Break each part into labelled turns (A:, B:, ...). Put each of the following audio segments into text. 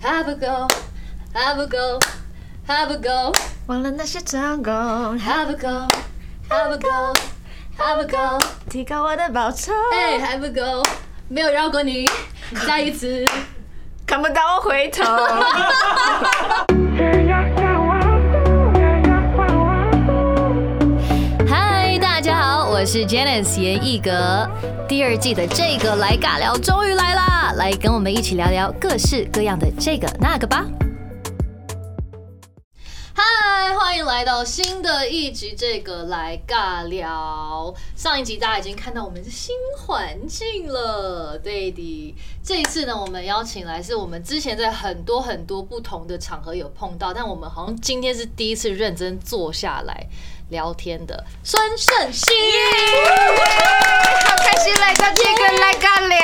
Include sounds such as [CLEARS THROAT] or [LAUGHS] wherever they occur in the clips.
A: have a go, have a go, have a go,
B: 忘了那些成功，
A: have a go, have a go, have a go，
B: 提高我的报酬。
A: 哎，have a go，没有饶过
C: [LAUGHS]
A: 你，再一次。
B: 看不到我回 [LAUGHS] 头。
C: 嗨，大家好，我是 Janice 严艺格。第二季的这个来尬聊终于来啦，来跟我们一起聊聊各式各样的这个那个吧。
A: 嗨，欢迎来到新的一集，这个来尬聊。上一集大家已经看到我们的新环境了，对的。这一次呢，我们邀请来是我们之前在很多很多不同的场合有碰到，但我们好像今天是第一次认真坐下来聊天的孙胜 [LAUGHS] 熙。
B: 好开心来到这个来尬聊。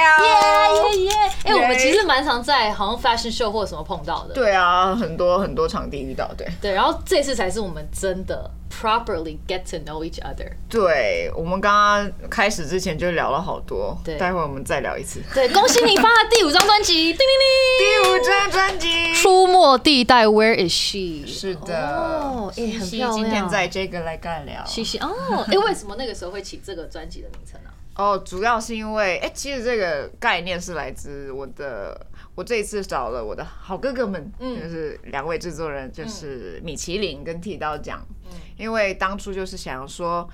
A: 耶耶耶！哎，我们
B: 耶
A: 其实蛮常在好像 fashion show 或什么碰到的。
B: 对啊，很多很多场地遇到，对
A: 对，然后这次才是我们真的 properly get to know each other。
B: 对，我们刚刚开始之前就聊了好多，
A: 对
B: 待会我们再聊一次。
A: 对，恭喜你发了第五张专辑，叮叮
B: 第五张专辑
A: 叮！出没地带，Where is she？
B: 是的
A: 哦，，哎、很
B: 西西
A: 漂亮。
B: 今天在这个来尬聊。
A: 西西哦，哎、为什么那个时候会起这个专辑的名称呢、啊
B: 哦，主要是因为，哎、其实这个概念是来自我的，我这一次找了我的好哥哥们，
A: 嗯
B: 就是两位制作人，就是米其林跟剃刀奖，
A: 嗯
B: 因为当初就是想说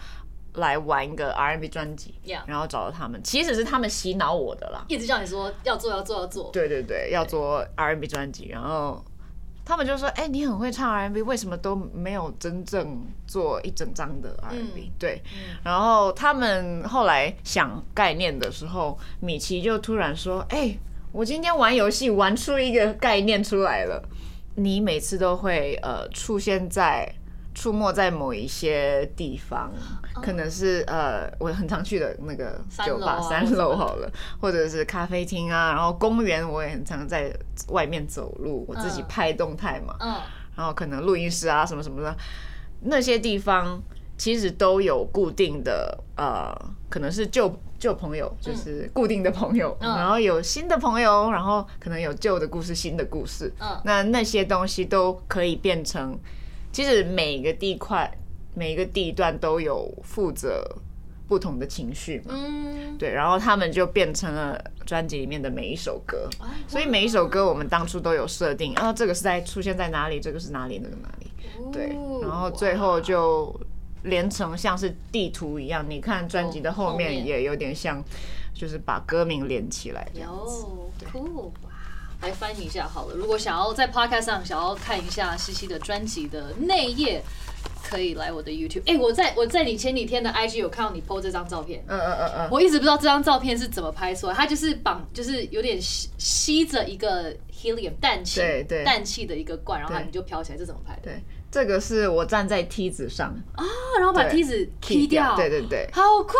B: 来玩一个 R&B 专辑
A: Yeah
B: 然后找到他们，其实是他们洗脑我的啦，
A: 一直叫你说要做，要做，要做。
B: 对对对，要做 R&B 专辑，然后。他们就说：“哎、你很会唱 R&B，为什么都没有真正做一整张的 R&B？”
A: 嗯、
B: 对，然后他们后来想概念的时候，米奇就突然说：“哎、我今天玩游戏玩出一个概念出来了，你每次都会呃出现在。”出没在某一些地方，可能是呃，我很常去的那个
A: 哦三
B: 酒
A: 楼
B: 吧
A: 啊
B: 三
A: 或什
B: 楼
A: 么的
B: 好了，或者是咖啡厅啊，然后公园我也很常在外面走路，我自己
A: 嗯
B: 拍动态嘛，
A: 嗯，
B: 然后可能录音室啊什么什么的，那些地方其实都有固定的呃，可能是旧旧朋友，就是固定的朋友，
A: 嗯
B: 然后有新的朋友，然后可能有旧的故事、新的故事，
A: 嗯
B: 那那些东西都可以变成，其实每个地块、每个地段都有负责不同的情绪嘛，
A: 嗯，
B: 对，然后他们就变成了专辑里面的每一首歌，
A: 哎
B: 所以每一首歌我们当初都有设定，啊，这个是在出现在哪里，这个是哪里，那个哪里，
A: 哦
B: 对，然后最后就连成像是地图一样，你看专辑的后
A: 哦后
B: 面
A: 面
B: 也有点像，就是把歌名连起来这样子。
A: 有酷哇！来翻译一下好了，如果想要在 Podcast 上想要看一下西西的专辑的内页，可以来我的 YouTube。哎、我在我在你前几天的 IG 有看到你 PO 这张照片，
B: 嗯嗯嗯嗯，
A: 我一直不知道这张照片是怎么拍出来，它就是绑，就是有点吸吸着一个 helium 氮气，
B: 对对
A: 氮气的一个罐，然后
B: 对
A: 你就飘起来，这怎么拍的？
B: 对，这个是我站在梯子上
A: 啊，然后把
B: 对
A: 梯子踢掉，
B: 对对对，
A: 好酷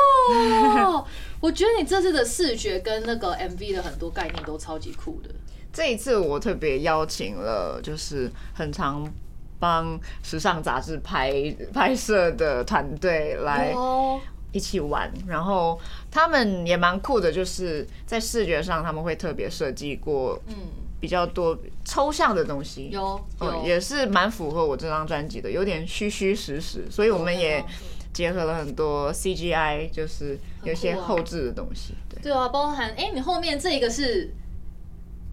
A: 哦！我觉得你这次的视觉跟那个 MV 的很多概念都超级酷的，
B: 这一次我特别邀请了，就是很常帮时尚杂志拍拍摄的团队来
A: 哦，
B: 一起玩，然后他们也蛮酷的，就是在视觉上他们会特别设计过
A: 嗯，
B: 比较多抽象的东西，
A: 有
B: 嗯，
A: 有，
B: 也是蛮符合我这张专辑的，有点虚虚实实，所以我们也结合了很多 CGI，就是有一些
A: 很酷啊
B: 后置的东西。对，
A: 对啊，包含哎、你后面这一个是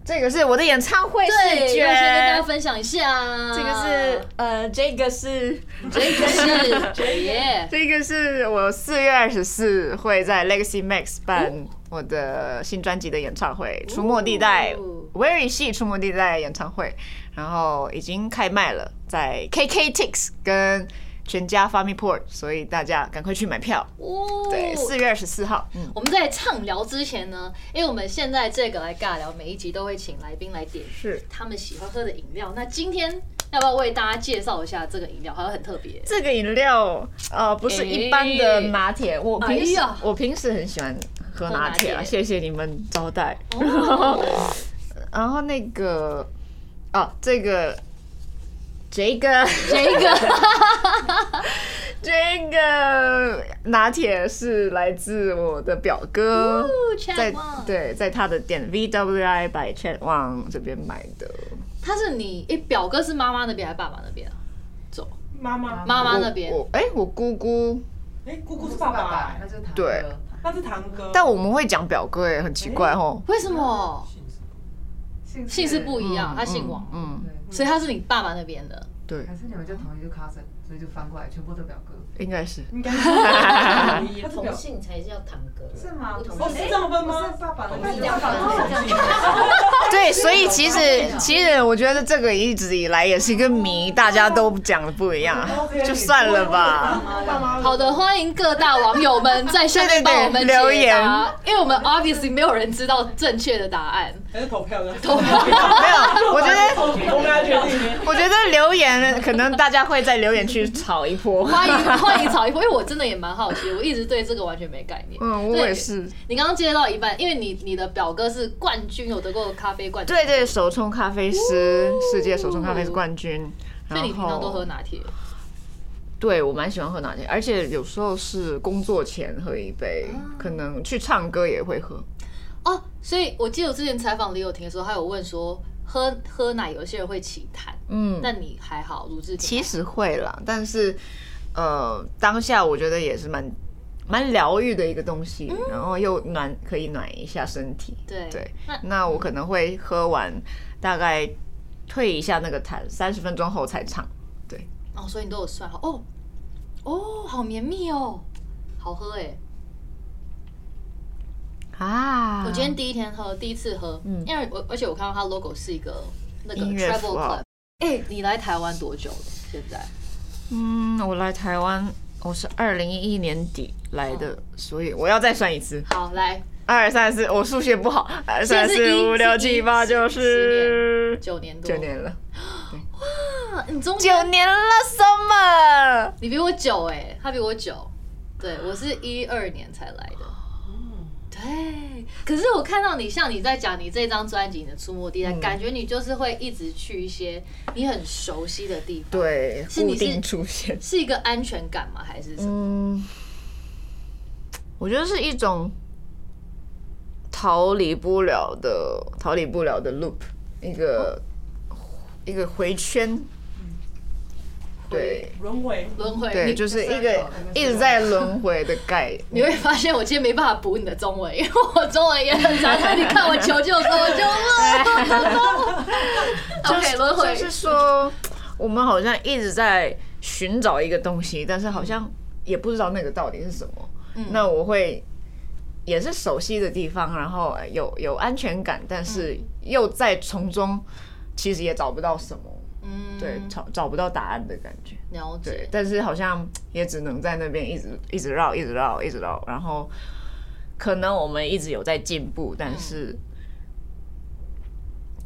B: 这个是我的演唱会
A: 对，
B: 哎视
A: 要先跟大家
B: 觉，
A: 分享一下，
B: 这个是呃，这个是
A: 这个是 [LAUGHS] 耶，
B: 这个是我四月二十四会在 Legacy Max 办我的新专辑的演唱会，《出没地带
A: 哦》
B: Very 系《出没地带》演唱会，然后已经开卖了，在 KK Tix 跟全家 f a m i Port，所以大家赶快去买票。
A: 哦，
B: 对，四月二十四号，嗯，
A: 我们在畅聊之前呢，因为我们现在这个来尬聊，每一集都会请来宾来点
B: 是
A: 他们喜欢喝的饮料。那今天要不要为大家介绍一下这个饮料？好像很特别。
B: 这个饮料呃不是一般的拿铁，我平时
A: 哎呀
B: 我平时很喜欢喝拿铁
A: 喝
B: 啊，
A: 拿铁
B: 谢谢你们招待。
A: 哦，
B: 然后那个哦，这个这个
A: 这个
B: [LAUGHS] 这个拿铁是来自我的表哥，
A: Chad
B: 在
A: Wang
B: 对，在他的店 VWI by Chat Wang 这边买的。
A: 他是你诶、表哥是妈妈那边还是爸爸那边啊？走，
D: 妈妈，
A: 妈妈那边
B: 我我哎、我姑姑，
D: 哎，姑姑是爸爸，
E: 那就是堂哥
B: 对
D: 那是堂哥。
B: 但我们会讲表哥哎、很奇怪哦。
A: 为什么
D: 姓什么
E: 姓
A: 姓氏不一样？
B: 嗯
A: 他姓王，
B: 嗯，嗯
E: 对，
A: 所以他是你爸爸那边的。
B: 对，
E: 还是你们就同一个 cousin，所以就翻过来全部都表哥，
B: 应该是
D: 应该是他是表
F: 同姓才叫堂哥，
E: 是吗？
F: 不同
D: 哦，是这样分吗？
E: 是爸爸的，
F: 不是这
E: 爸
F: 样分
E: 爸
F: 不是这样分
B: [LAUGHS] 对，所以
A: [LAUGHS]
B: 其实其实我觉得这个一直以来也是一个谜，大家都讲的不一样，就算了吧。
D: 爸妈
A: 好的，欢迎各大网友们在下
B: 对对
A: 面
B: 对
A: 帮我们解答
B: 留言
A: 因为我们 obviously 没有人知道正确的答案。
D: 还是投票的。
A: 投票
B: 没有，我觉得
D: 我们来决定。
B: 我觉得留言可能大家会在留言区吵一波。
A: 欢迎欢迎曹一波，因为我真的也蛮好奇，我一直对这个完全没概念。
B: 嗯，我也是。
A: 你刚刚接到一半，因为你你的表哥是冠军，有得过咖啡冠军，
B: 对对，手冲咖啡师，世界手冲咖啡师冠军。
A: 哦所以你平
B: 然
A: 常
B: 后
A: 都喝拿铁。
B: 对我蛮喜欢喝拿铁，而且有时候是工作前喝一杯，
A: 啊
B: 可能去唱歌也会喝。
A: 哦，所以我记得我之前采访李友廷的时候，他有问说，喝喝奶有些人会起痰，
B: 嗯，
A: 但你还好，如志
B: 其实会啦，但是呃，当下我觉得也是蛮蛮疗愈的一个东西，
A: 嗯
B: 然后又暖可以暖一下身体。
A: 对
B: 对
A: 那，
B: 那我可能会喝完，大概退一下那个痰，三十分钟后才唱。
A: 哦，所以你都有算好哦，哦，好绵密哦，好喝哎、
B: 啊
A: 我今天第一天喝，第一次喝，
B: 嗯
A: 因为我而且我看到它 logo 是一个那个
B: 音乐
A: travel
B: 符号
A: club。哎、你来台湾多久了？现在
B: 嗯，我来台湾，我是二零一一年底来的，
A: 哦
B: 所以我要再算一次，
A: 好来
B: 二三四，我数学不好，二
A: 现在
B: 三
A: 是
B: 四五
A: 一
B: 六
A: 是一
B: 七八
A: 是
B: 九
A: 十
B: 十，
A: 九年多，
B: 九年了，
A: 啊，你中
B: 九年了，summer。
A: 你比我久哎、他比我久，
B: 啊
A: 对我是一二年才来的。
B: 哦
A: 对，可是我看到你，像你在讲你这张专辑你的出没地带，
B: 嗯
A: 感觉你就是会一直去一些你很熟悉的地方，，
B: 对，
A: 是
B: 固
A: 你是
B: 定出现。
A: 是一个安全感吗？还是什么？
B: 嗯，我觉得是一种逃离不了的、逃离不了的 loop，一个、一个回圈。对
D: [LAUGHS] 轮回，
A: 轮回，
B: 嗯对，
A: 你
B: 就是一
E: 就是
B: 个一直在轮回的概念。
A: 你会发现我今天没办法补你的中文，因为我中文也很差，所以你看我求救的时候
B: [LAUGHS]
A: 我就忘了。
B: 就
A: OK，
B: 是
A: 轮回
B: 就是说，我们好像一直在寻找一个东西，但是好像也不知道那个到底是什么。
A: 嗯
B: 那我会也是熟悉的地方，然后有有安全感，但
A: 嗯
B: 是又在从中其实也找不到什么，
A: 嗯
B: 对，找找不到答案的感觉。
A: 了
B: 对
A: 解，，
B: 但是好像也只能在那边一直一直绕，一直绕，一直绕，然后可能我们一直有在进步，
A: 嗯
B: 但是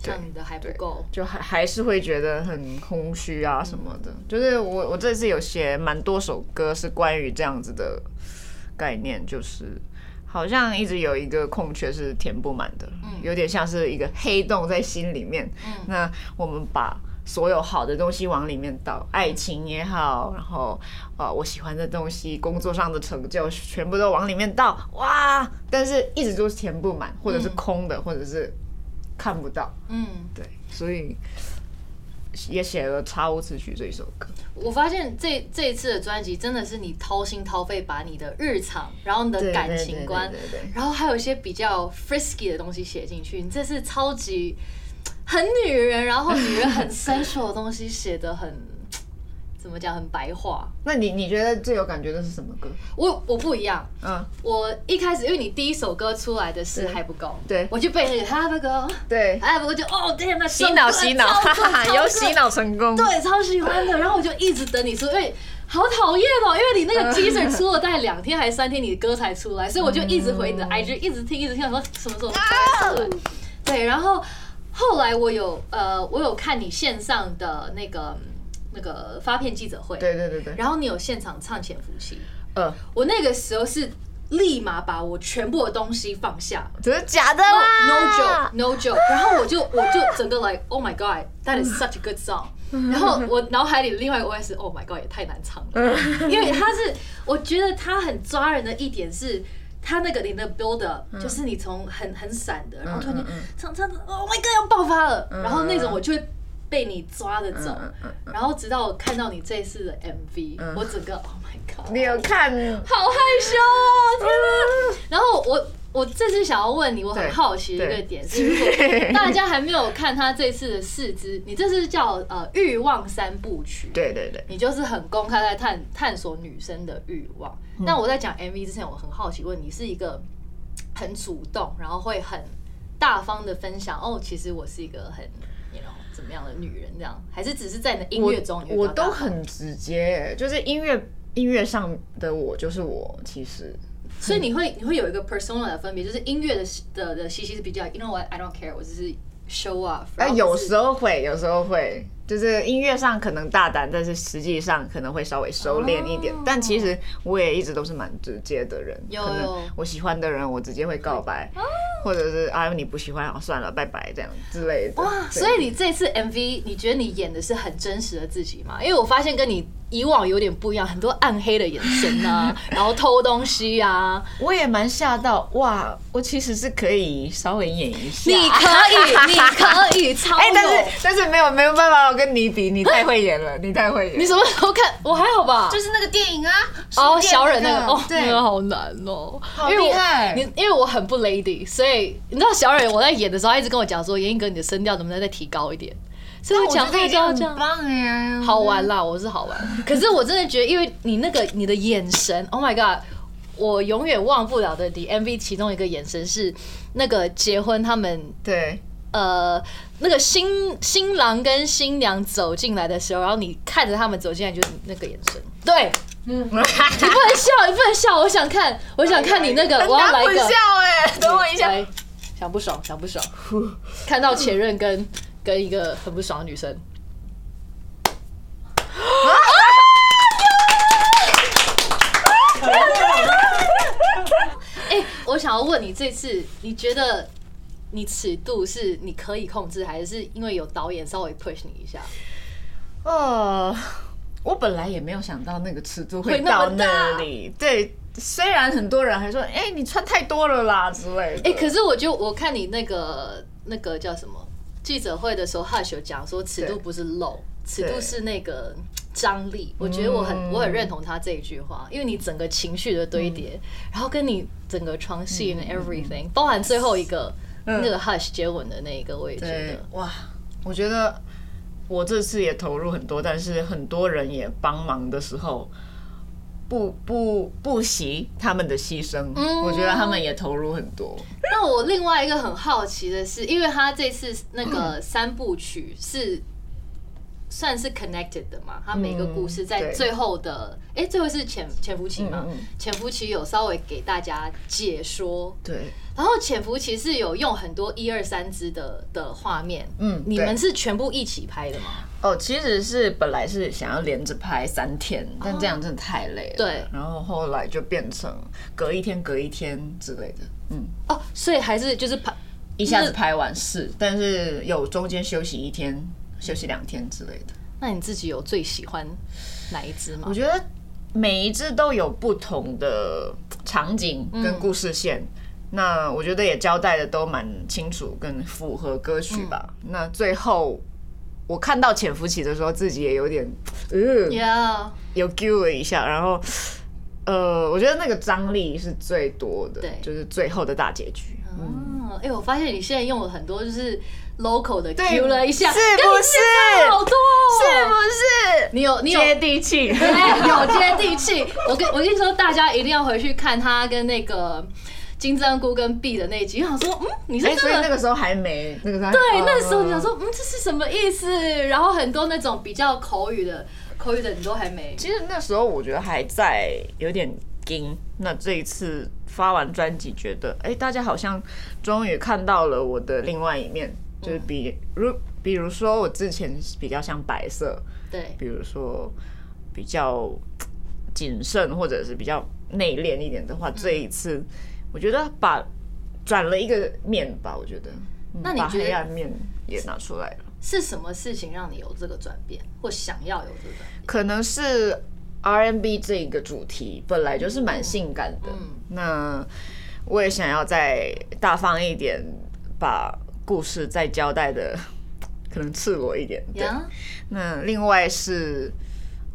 A: 像你的还不
B: 对
A: 够。
B: 就还还是会觉得很空虚啊什么的。就是我我这次有写蛮多首歌是关于这样子的概念，就是好像一直有一个空缺是填不满的，有点像是一个黑洞在心里面。那我们把。所有好的东西往里面倒，爱情也好，然后呃我喜欢的东西，工作上的成就，全部都往里面倒，哇！但是一直都是填不满，或者是空的，或者是看不到。
A: 嗯，
B: 对，所以也写了《查无此曲》这一首歌。
A: 我发现这这一次的专辑真的是你掏心掏肺，把你的日常，然后你的感情观，
B: 对对
A: 然后还有一些比较 frisky 的东西写进去。你这是超级很女人，然后女人
B: [LAUGHS]
A: 很 sensual 的东西写的很怎么讲，很白话。
B: 那你你觉得最有感觉的是什么歌？
A: 我我不一样，
B: 嗯，
A: 我一开始因为你第一首歌出来的是
B: 对
A: 还不够，
B: 对
A: 我就被那个还不够，
B: 对，
A: 还不够就哦天哪，
B: 洗脑洗脑，哈 [LAUGHS] 哈，有洗
A: 脑，
B: 脑成功。
A: 对，超喜欢的。然后我就一直等你出，因为好讨厌哦，因为你那个
B: [LAUGHS]
A: teaser 出了大概两天还是三天，你的歌才出来，所以我就一直
B: 嗯
A: 回你的 IG，一直听一直听，我说什么时候才出来？对，然后后来我有呃，我有看你线上的那个嗯那个发片记者会，
B: 对对对对，
A: 然后你有现场唱《潜伏期》。
B: 呃，
A: 我那个时候是立马把我全部的东西放下
B: 只是假的
A: ，no
B: 啦
A: joke no joke，然后我就我就整个 like oh my god that is such a good song，然后我脑海里另外一个 OS oh my god 也太难唱了，因为它是我觉得它很抓人的一点是。它那个你的 build up 就是你从很很散的，然后突然间唱唱，Oh my god 要爆发了，然后那种我就会被你抓着走，然后直到我看到你这一次的 MV，我整个 Oh my god，
B: 你有看？
A: 好害羞哦，天哪！然后我我这次想要问你，我很
B: 嗯对
A: 好奇的一个
B: 对
A: 点是，如
B: [LAUGHS]
A: 果大家还没有看他这次的四肢，你这次叫呃欲望三部曲，，
B: 对对对，
A: 你就是很公开在探探索女生的欲望。
B: 嗯
A: 那我在讲 MV 之前，我很好奇问你是一个很主动，然后会很大方的分享哦，其实我是一个很。你 you know, 怎么样的女人这样，还是只是在你的音乐中你会
B: 我我
A: 比较大
B: 都
A: 方
B: 很直接，就是音乐音乐上的我就是我，其实
A: 所以你会你会有一个 persona 的分别，就是音乐的的的西西是比较，you know what I don't care，我只是 show off。
B: 哎，有时
A: 候
B: 候会，有时候会，就是音乐上可能大胆，但是实际上可能会稍微收敛一点。但其实我也一直都是蛮直接的人，
A: 哦有哦
B: 可
A: 有
B: 能我喜欢的人，我直接会告白，或者是啊你不喜欢，哦算了，拜拜这样之类的。
A: 哇，
B: 对
A: 所以你这次 MV 你觉得你演的是很真实的自己吗？因为我发现跟你以往有点不一样，很多暗黑的眼神 [LAUGHS] 啊，然后偷东西啊，
B: 我也蛮吓到，哇，我其实是可以稍微演一下
A: 你。可以，你哦可以 [LAUGHS] 超
B: [LAUGHS] 哎、但
A: 有
B: 是。但是没有没有办法，我跟你比，你太会演了，你太会演
A: 你
B: 了。
A: 什么时候看？我还好吧，
B: 就是那个电影啊，
A: 哦，
B: 书店
A: 小忍那个哦，那
B: 对
A: 个好难哦，
B: 好
A: 因为我
B: 厉害
A: 你因为我很不 lady，所以你知道小忍我在演的时候，他一直跟我讲说，严一哥你的声调能不能再提高一点？所以我讲
B: 我觉得
A: 话
B: 已
A: 就要
B: 经
A: 这样。
B: 很棒哎，
A: 好玩啦，我是好玩，可是我真的觉得，因为你那个你的眼神，Oh my god，我永远忘不了的。你 MV 其中一个眼神是那个结婚他们
B: 对。 [LAUGHS]
A: 呃，那个新新郎跟新娘走进来的时候，然后你看着他们走进来，就是那个眼神。对， [LAUGHS] 你不能笑，你不能笑，我想看，我想看你那个，我要来一个。
B: 哎、等我一下。
A: 来，想不爽，想不爽。 [LAUGHS] 看到前任跟跟一个很不爽的女生。
B: 啊
A: [LAUGHS] 哎、我想要问你，这次你觉得你尺度是你可以控制，还是因为有导演稍微 push 你一下？
B: 呃，我本来也没有想到那个尺度
A: 会
B: 会
A: 那
B: 到
A: 么大
B: 那里。对，虽然很多人还说，哎、你穿太多了啦之类的。
A: 哎、可是我就我看你那个那个叫什么记者会的时候，哈有讲说尺度
B: 对
A: 不是漏，尺度
B: 对嗯
A: 是那个张力。我觉得我很、我很认同他这一句话，因为你整个情绪的堆叠，
B: 嗯
A: 然后跟你整个床戏 and everything，、包含最后一个。那个 Hush 接吻的那一个，我也觉
B: 嗯对
A: 得，
B: 哇，我觉得我这次也投入很多，但是很多人也帮忙的时候。不不不惜他们的牺牲，我觉得他们也投入很多。
A: [LAUGHS] 那我另外一个很好奇的是，因为他这次那个
B: 嗯
A: 三部曲是算是 connected 的嘛，他每个故事在
B: 嗯对
A: 最后的，哎、最后是潜潜伏期嘛
B: 嗯嗯，
A: 潜伏期有稍微给大家解说，
B: 对，
A: 然后潜伏期是有用很多一二三支的的画面，
B: 嗯
A: 你
B: 对
A: 们是全部一起拍的吗？
B: 哦，其实是本来是想要连着拍三天，但这样真的太累了。
A: 对
B: 然后后来就变成隔一天、隔一天之类的，嗯，
A: 哦，所以还是就是拍
B: 一下子拍完是，但是有中间休息一天、休息两天之类的。
A: 那你自己有最喜欢哪一支吗
B: 我？觉得每一支都有不同的场景跟故事线。那我觉得也交代的都蛮清楚，跟符合歌曲吧。那最后我看到潜伏期的时候，自己也有点，嗯、
A: Yeah，
B: 有 Q 了一下，然后呃，我觉得那个张力是最多的，
A: 对
B: 就是最后的大结局。
A: 嗯，哎、我发现你现在用了很多就是 local 的 Q 了一下，
B: 是
A: 跟
B: 不
A: 你现在
B: 是
A: 好多、哦，
B: 是不是？
A: 你有你有
B: 接地气，
A: [LAUGHS] 哎，有接地气。我跟我跟你说，大家一定要回去看他跟那个金针菇跟 B 的那一集。我想说，嗯，你是
B: 哎，所以
A: 真
B: 那
A: 的。
B: 个时候还没那个时候还
A: 对，那时候你想，
B: 哦
A: 说，嗯，这是什么意思？然后很多那种比较口语的，口语的你都还没。
B: 其实那时候我觉得还在有点惊。那这一次发完专辑，觉得哎、大家好像终于看到了我的另外一面，就是
A: 嗯
B: 比如比如说我之前比较像白色，
A: 对，
B: 比如说比较谨慎，或者是比较内敛一点的话，这一次我觉得把转了一个面吧，我觉得，嗯
A: 那你
B: 把
A: 觉得
B: 黑暗面也拿出来了，
A: 是什么事情让你有这个转变，或想要有这个转变？
B: 可能是 R N B 这一个主题本来就是蛮性感的，
A: 嗯
B: 那我也想要再大方一点，把故事再交代的可能赤裸一点，对。
A: 呀，
B: 那另外是，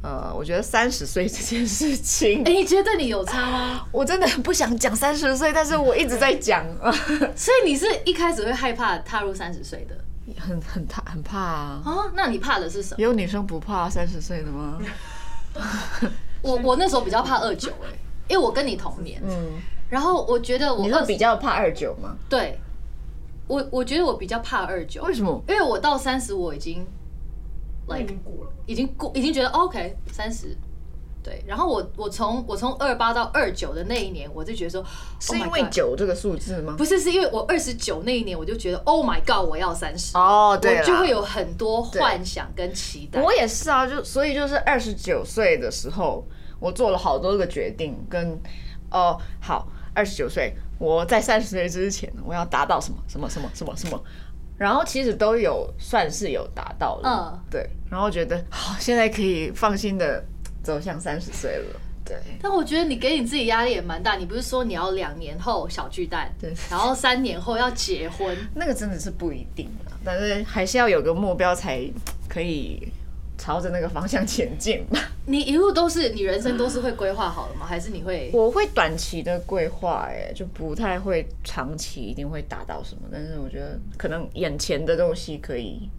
B: 呃，我觉得三十岁这件事情，
A: 哎、你觉得你有差吗？
B: 我真的很不想讲三十岁，但是我一直在讲，
A: 所以你是一开始会害怕踏入三十岁
B: 啊
A: 的
B: [LAUGHS] 很很怕很怕啊。
A: 啊？那你怕的是什么？
B: 有女生不怕三十岁的吗？
A: 我我那时候比较怕二九哎，因为我跟你同年，
B: 嗯，
A: 然后我觉得我
B: 你
A: 二
B: 会比较怕二九吗？
A: 对，我我觉得我比较怕二九，
B: 为什么？
A: 因为我到三十我已经
D: 那已
A: like
D: 经过了，
A: 已经过，已经觉得哦 OK 三十。对，然后我我从我从二八到二九的那一年，我就觉得说，
B: 是
A: Oh my
B: 因为
A: God
B: 九这个数字吗？
A: 不是，是因为我二十九那一年，我就觉得 Oh my God，我要三十、
B: 哦，对
A: 我
B: 啦
A: 就会有很多幻想跟期待。
B: 我也是啊，就所以就是二十九岁的时候，我做了好多个决定，跟哦、好，二十九岁，我在三十岁之前我要达到什么什么什么什么什么，然后其实都有算是有达到了，
A: 嗯
B: 对，然后觉得好、现在可以放心的走向三十岁了，对，
A: 但我觉得你给你自己压力也蛮大。你不是说你要两年后小巨蛋，
B: 对
A: 然后三年后要结婚，
B: 那个真的是不一定啊，但是还是要有个目标才可以朝着那个方向前进吧。
A: 你一路都是你人生都是会规划
B: [LAUGHS]
A: 好的吗？还是你会
B: 我会短期的规划，哎，就不太会长期一定会达到什么，但是我觉得可能眼前的东西可以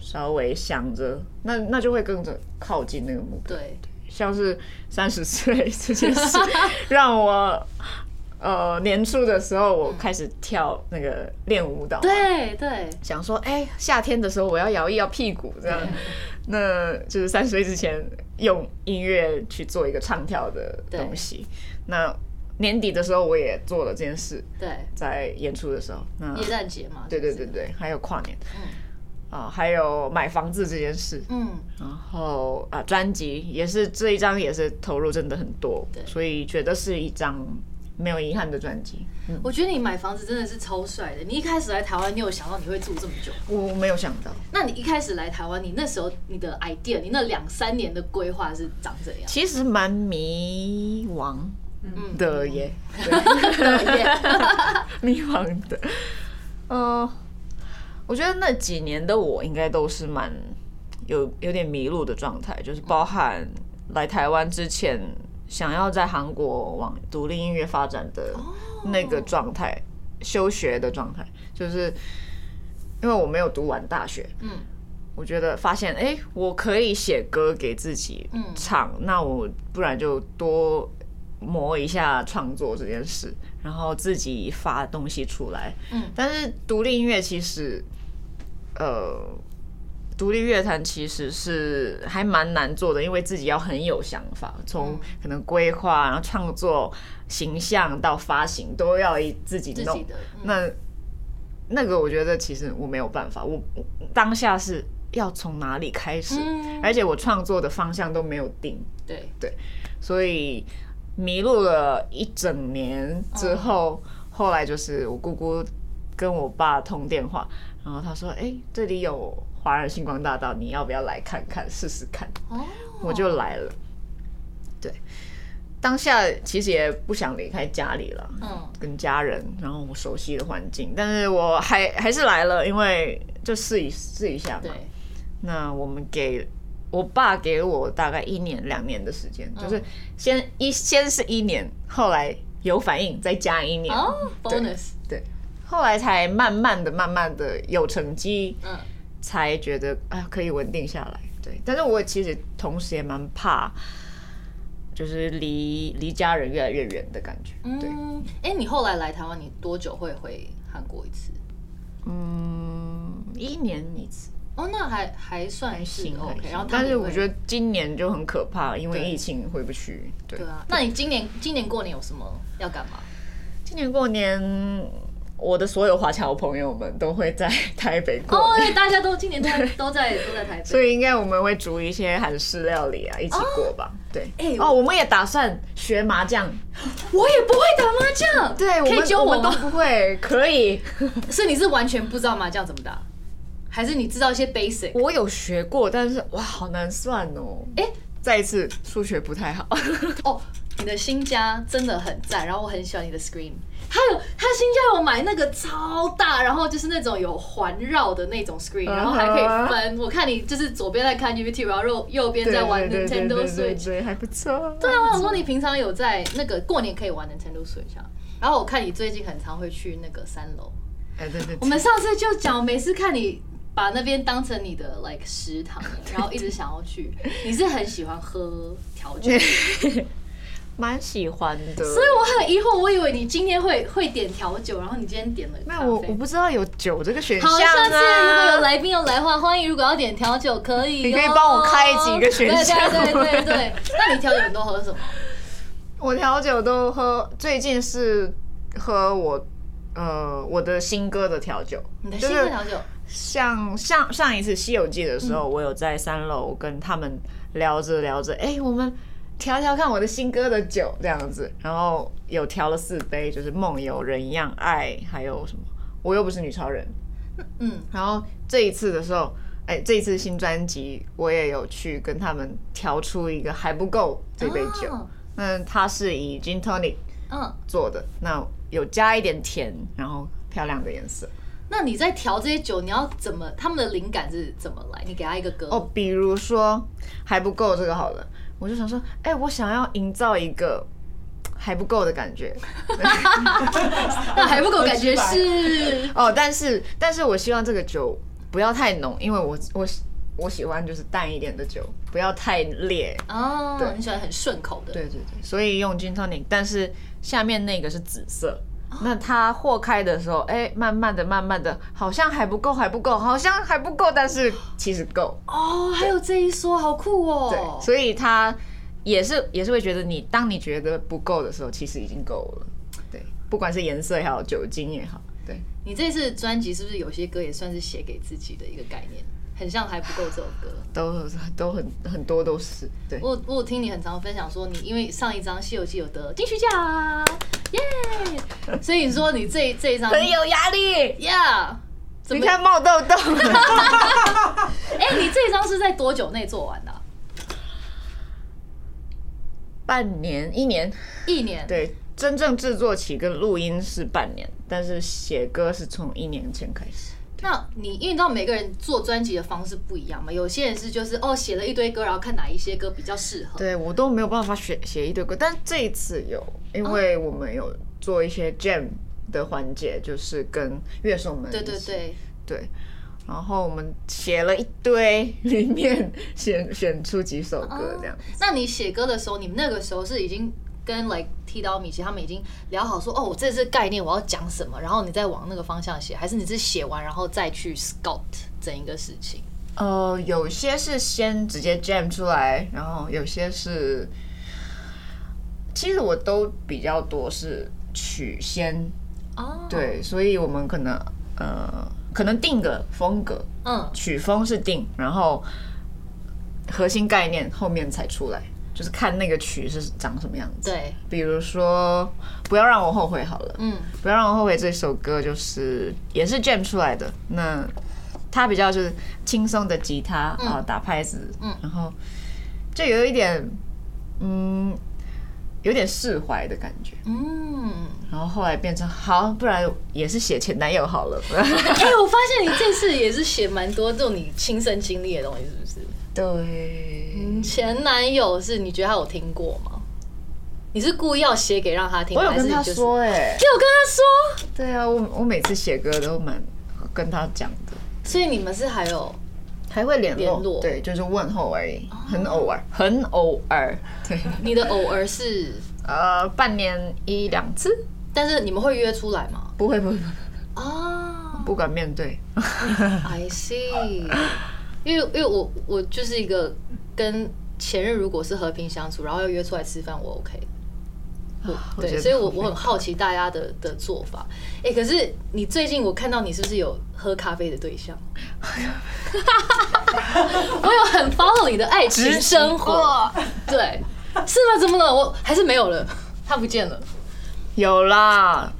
B: 稍微想着，那那就会跟着靠近那个目标。
A: 对？
B: 像是三十岁这件事， [LAUGHS] 让我呃年初的时候我开始跳那个练舞蹈，
A: 对对，
B: 想说，哎、夏天的时候我要摇一摇屁股这样，那就是三十岁之前用音乐去做一个唱跳的东西。那年底的时候我也做了这件事，
A: 对，
B: 在演出的时候，那
A: 耶诞节嘛，
B: 对对
A: 是
B: 对
A: 不是，
B: 对，还有跨年，啊、还有买房子这件事，
A: 嗯，
B: 然后啊，专辑也是这一张也是投入真的很多，所以觉得是一张没有遗憾的专辑。嗯，
A: 我觉得你买房子真的是超帅的。你一开始来台湾，你有想到你会住这么久吗？
B: 我没有想到，
A: 那你一开始来台湾，你那时候你的 idea，你那两三年的规划是长怎
B: [LAUGHS]
A: 样？
B: 其实蛮迷惘
A: 嗯，
B: 的耶。 [LAUGHS] 迷茫的。嗯，我觉得那几年的我应该都是蛮有有点迷路的状态，就是包含来台湾之前想要在韩国往独立音乐发展的那个状态，休学的状态，就是因为我没有读完大学，
A: 嗯。
B: 我觉得发现，哎、我可以写歌给自己
A: 嗯
B: 唱，那我不然就多磨一下创作这件事，然后自己发东西出来。
A: 嗯
B: 但是独立音乐其实，呃，独立乐坛其实是还蛮难做的，因为自己要很有想法，
A: 嗯
B: 从可能规划，然后创作、形象到发行，都要以自己
A: 自
B: 弄。
A: 己的，嗯
B: 那那个我觉得其实我没有办法，我我当下是要从哪里开始，
A: 嗯
B: 而且我创作的方向都没有定，
A: 对，
B: 所以迷路了一整年
A: 嗯
B: 之后，后来就是我姑姑跟我爸通电话，然后他说：“哎、这里有华人星光大道，你要不要来看看试试看？”
A: 哦，
B: 我就来了。对，当下其实也不想离开家里了，
A: 嗯，
B: 跟家人，然后我熟悉的环境，但是我还还是来了，因为就试一试一下嘛。
A: 对，
B: 那我们给我爸给我大概一年两年的时间，
A: 嗯
B: 就是先一先是一年，后来有反应再加一年，
A: 哦
B: 对
A: ，bonus，
B: 后来才慢慢的、慢慢的有成绩，
A: 嗯
B: 才觉得啊可以稳定下来。对，但是我其实同时也蛮怕，就是离离家人越来越远的感觉。对，
A: 嗯，哎，你后来来台湾，你多久会回韩国一次？
B: 嗯，一年一次。
A: 哦，那还还算
B: 还
A: 是
B: 行
A: OK，然后他
B: 但
A: 们
B: 是
A: 也
B: 我
A: 会
B: 觉得今年就很可怕，因为
A: 对
B: 疫情回不去。
A: 啊
B: 对
A: 对，啊，那你今年今年过年有什么要干嘛？
B: 今年过年我的所有华侨朋友们都会在台北过
A: 哦，
B: 年，
A: 对，大家都今年都在都在都在台北，
B: 所以应该我们会煮一些韩式料理啊，一起过吧。对，
A: 哎
B: 哦，我们也打算学麻将，
A: 我也不会打麻将，
B: 对，
A: 可
B: 我
A: 以
B: 们
A: 教
B: 我
A: 我
B: 们都
A: 吗？ [LAUGHS]
B: 不会，可以。
A: 是你是完全不知道麻将怎么打，还是你知道一些 basic？
B: [LAUGHS] 我有学过，但是哇，好难算哦。
A: 哎
B: 再一次数学不
A: [LAUGHS]
B: 太好，
A: 哦，你的新家真的很赞，然后我很喜欢你的 screen。还有他新家有买那个超大，然后就是那种有环绕的那种 screen，然后还可以分。我看你就是左边在看 YouTube，然后右右边在玩
B: 对对对
A: Nintendo
B: 对对
A: Switch。
B: 对，还不错。
A: 对啊，我想说你平常有在那个过年可以玩 Nintendo Switch 啊？然后我看你最近很常会去那个三楼。
B: 哎，对对
A: 我
B: 对，
A: 们上次就讲，每次看你把那边当成你的 like 食堂，然后一直想要去。你是很喜欢喝调酒，
B: 蛮喜欢的。
A: 所以我很疑惑，我以为你今天会会点调酒，然后你今天点了咖
B: 那
A: 啡。
B: 我我不知道有酒这个选项
A: 好，下次如果有
B: 啊。
A: 来宾要来的话，欢迎。如果要点调酒，可以哦、
B: 你可以帮我开几个选项
A: 对对对对对。那你调酒你都喝什么？
B: 我调酒都喝，最近是喝我呃我的新歌的调酒。
A: 你的
B: 就
A: 新
B: 是
A: 的调酒，
B: 像上上一次《西游记》的时候，我有在三楼跟他们聊着聊着，哎、我们调调看我的新歌的酒这样子，然后有调了四杯，就是《梦游人一样爱》，还有什么？我又不是女超人。
A: 嗯，
B: 然后这一次的时候，哎、这一次新专辑我也有去跟他们调出一个还不够这杯酒，
A: 哦
B: 那它是以 gin tonic
A: 嗯。
B: 做的，那有加一点甜，然后漂亮的颜色。
A: 那你在调这些酒，你要怎么？他们的灵感是怎么来？你给他一个歌
B: 哦，比如说还不够这个好了，我就想说，哎、我想要营造一个还不够的感觉
A: 那还不够，感觉是
B: 哦，但是但是我希望这个酒不要太浓，因为我我我喜欢就是淡一点的酒，不要太烈。
A: 哦
B: 对，
A: 你喜欢很顺口的，
B: 对对对，所以用 gin tonic，但是下面那个是紫色。那它豁开的时候，哎、慢慢的、慢慢的，好像还不够，还不够，好像还不够，但是其实够。
A: 哦，还有这一说，好酷哦！
B: 对，所以他也是也是会觉得你，当你觉得不够的时候，其实已经够了。对，不管是颜色也好，酒精也好，对，
A: 你这次专辑是不是有些歌也算是写给自己的一个概念？很像还不够这首歌。
B: 都都很很多都是对。
A: 我我有听你很常分享说，你因为上一张《西游记》有得金曲奖，耶、所以你说你这这一张
B: 很有压力，
A: 呀怎
B: 你
A: 么？
B: 看冒痘痘。 [LAUGHS]
A: 哎、你这一张是在多久内做完的啊、
B: 半年一年，
A: 一年？，
B: 对，真正制作起跟录音是半年，但是写歌是从一年前开始。
A: 那你因为你知道每个人做专辑的方式不一样嘛，有些人是就是哦写了一堆歌，然后看哪一些歌比较适合。
B: 对我都没有办法写写一堆歌，但这一次有，因为我们有做一些 jam 的环节，就是跟乐手们
A: 对对
B: 一起
A: 对，
B: 对，然后我们写了一堆，里面选选出几首歌这样。
A: 哦那你写歌的时候，你们那个时候是已经跟 like 剃刀米奇他们已经聊好说，哦，我这次概念我要讲什么，然后你再往那个方向写，还是你是写完然后再去 scout 整一个事情？
B: [LAUGHS] 呃，有些是先直接 jam 出来，然后有些是，其实我都比较多是曲先，
A: 哦，，
B: 对，所以我们可能呃可能定个风格，
A: 嗯，
B: 曲风是定，然后核心概念后面才出来，就是看那个曲是长什么样子。
A: 对，
B: 比如说，不要让我后悔好了。
A: 嗯，
B: 不要让我后悔这首歌就是也是 jam 出来的。那它比较就是轻松的吉他啊、打拍子，
A: 嗯
B: 然后就有一点嗯，有点释怀的感觉。
A: 嗯，
B: 然后后来变成好，不然也是写前男友好 [LAUGHS] 了。
A: 哎、我发现你这次也是写蛮多这种你亲身经历的东西，是不是？
B: 对，
A: 嗯，前男友是你觉得他有听过吗？你是故意要写给让他听，
B: 我有
A: 还是
B: 跟
A: 你
B: 他
A: 就是
B: 说哎、
A: 你有跟他说，
B: 对啊，我我每次写歌都蛮跟他讲的，
A: 所以你们是还有
B: 还会联哦
A: 联络
B: 对，就是问候而已，很偶尔，很偶尔，对，
A: 你的偶尔是
B: 呃，半年一两次，
A: 但是你们会约出来吗？
B: 不会不会不会。
A: 啊、
B: 不敢面对。
A: [LAUGHS]
B: [LAUGHS]
A: i see 因。为因为我我就是一个跟前任如果是和平相处，然后要约出来吃饭，我 OK。
B: 啊我觉
A: 对，
B: 得
A: 所以我我很好奇大家的的做法。哎、可是你最近我看到你是不是有喝咖啡的对
B: [LAUGHS]
A: 象？我有很 follow 你的爱情生活，
B: 哦
A: 对，是吗？怎么了？我还是没有了，他不见了。
B: 有啦，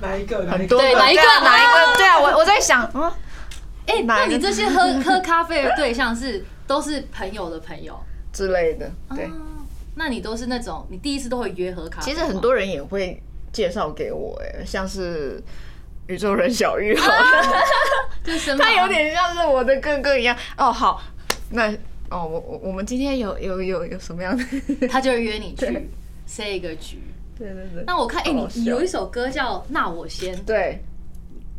D: 哪一个？哪
B: 很
D: 一个
B: 多
A: 对哪一个
B: 对啊哪一
A: 啊
B: 个？对啊，我我在想，嗯，
A: 哎、那
B: 哪一个
A: 你这些喝
B: [LAUGHS]
A: 喝咖啡的对象是都是朋友的朋友？
B: 之类的，对。
A: 啊那你都是那种你第一次都会约喝咖啡？
B: 其实很。多人也会介绍给我、哎，像是宇宙人小玉好了，
A: 啊就是
B: [LAUGHS] 他有点像是我的哥哥一样。哦，好，那哦，我我我们今天有有有有什
A: [LAUGHS]
B: 么样的？
A: 他就会约你去
B: 对
A: say 一个局。
B: 对对对，
A: 那我看，哎、
B: 好
A: 你
B: 好笑
A: 你有一首歌叫《那我先》，
B: 对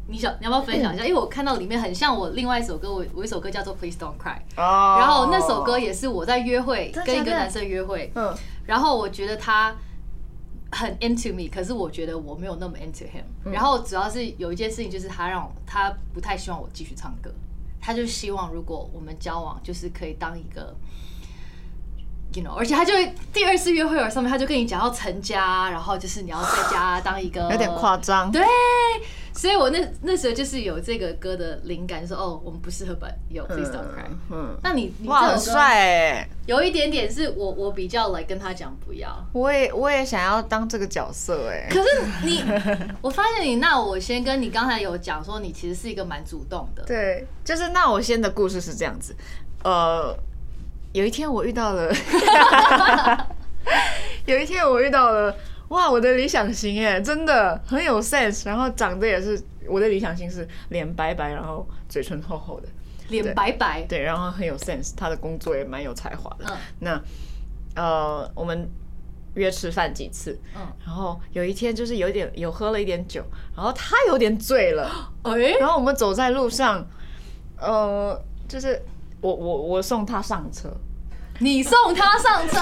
A: 你想你要不要分享一下？因为我看到里面很像我另外一首歌，我我一首歌叫做《Please Don't Cry》，
B: 哦，
A: 然后那首歌也是我在约会
B: 真的
A: 跟一个
B: 假的
A: 男生约会，
B: 嗯，
A: 然后我觉得他很 into me，可是我觉得我没有那么 into him。然
B: 嗯
A: 后主要是有一件事情，就是他让我他不太希望我继续唱歌，他就希望如果我们交往，就是可以当一个。You know，而且他就会第二次约会的上面，他就跟你讲要成家，然后就是你要在家当一个
B: [LAUGHS] 有点夸张。
A: 对，所以我那那时候就是有这个歌的灵感，说哦，我们不适合把有 Please Don't Cry。
B: 嗯嗯，
A: 那你你
B: 哇，
A: 这
B: 很
A: 首歌
B: 帅哎！
A: 有一点点是我我比较来跟他讲不要，
B: 我也我也想要当这个角色哎。
A: 可是
B: [LAUGHS]
A: 你我发现你那我先跟你刚才有讲说你其实是一个蛮主动的，
B: 对，就是那我先的故事是这样子，呃，有一天我遇到了，有一天我遇到了，哇，我的理想型耶，真的很有 sense，然后长得也是，我的理想型是脸白白，然后嘴唇厚厚的，
A: 脸白白，
B: 对，然后很有 sense，他的工作也蛮有才华的。
A: 嗯
B: 那呃，我们约吃饭几次，
A: 嗯
B: 然后有一天就是有点有喝了一点酒，然后他有点醉了。
A: [GASPS] 哎，
B: 然后我们走在路上，呃，就是我我我送他
A: [LAUGHS]
B: 上车，
A: 你送他上
B: [LAUGHS]
A: 车，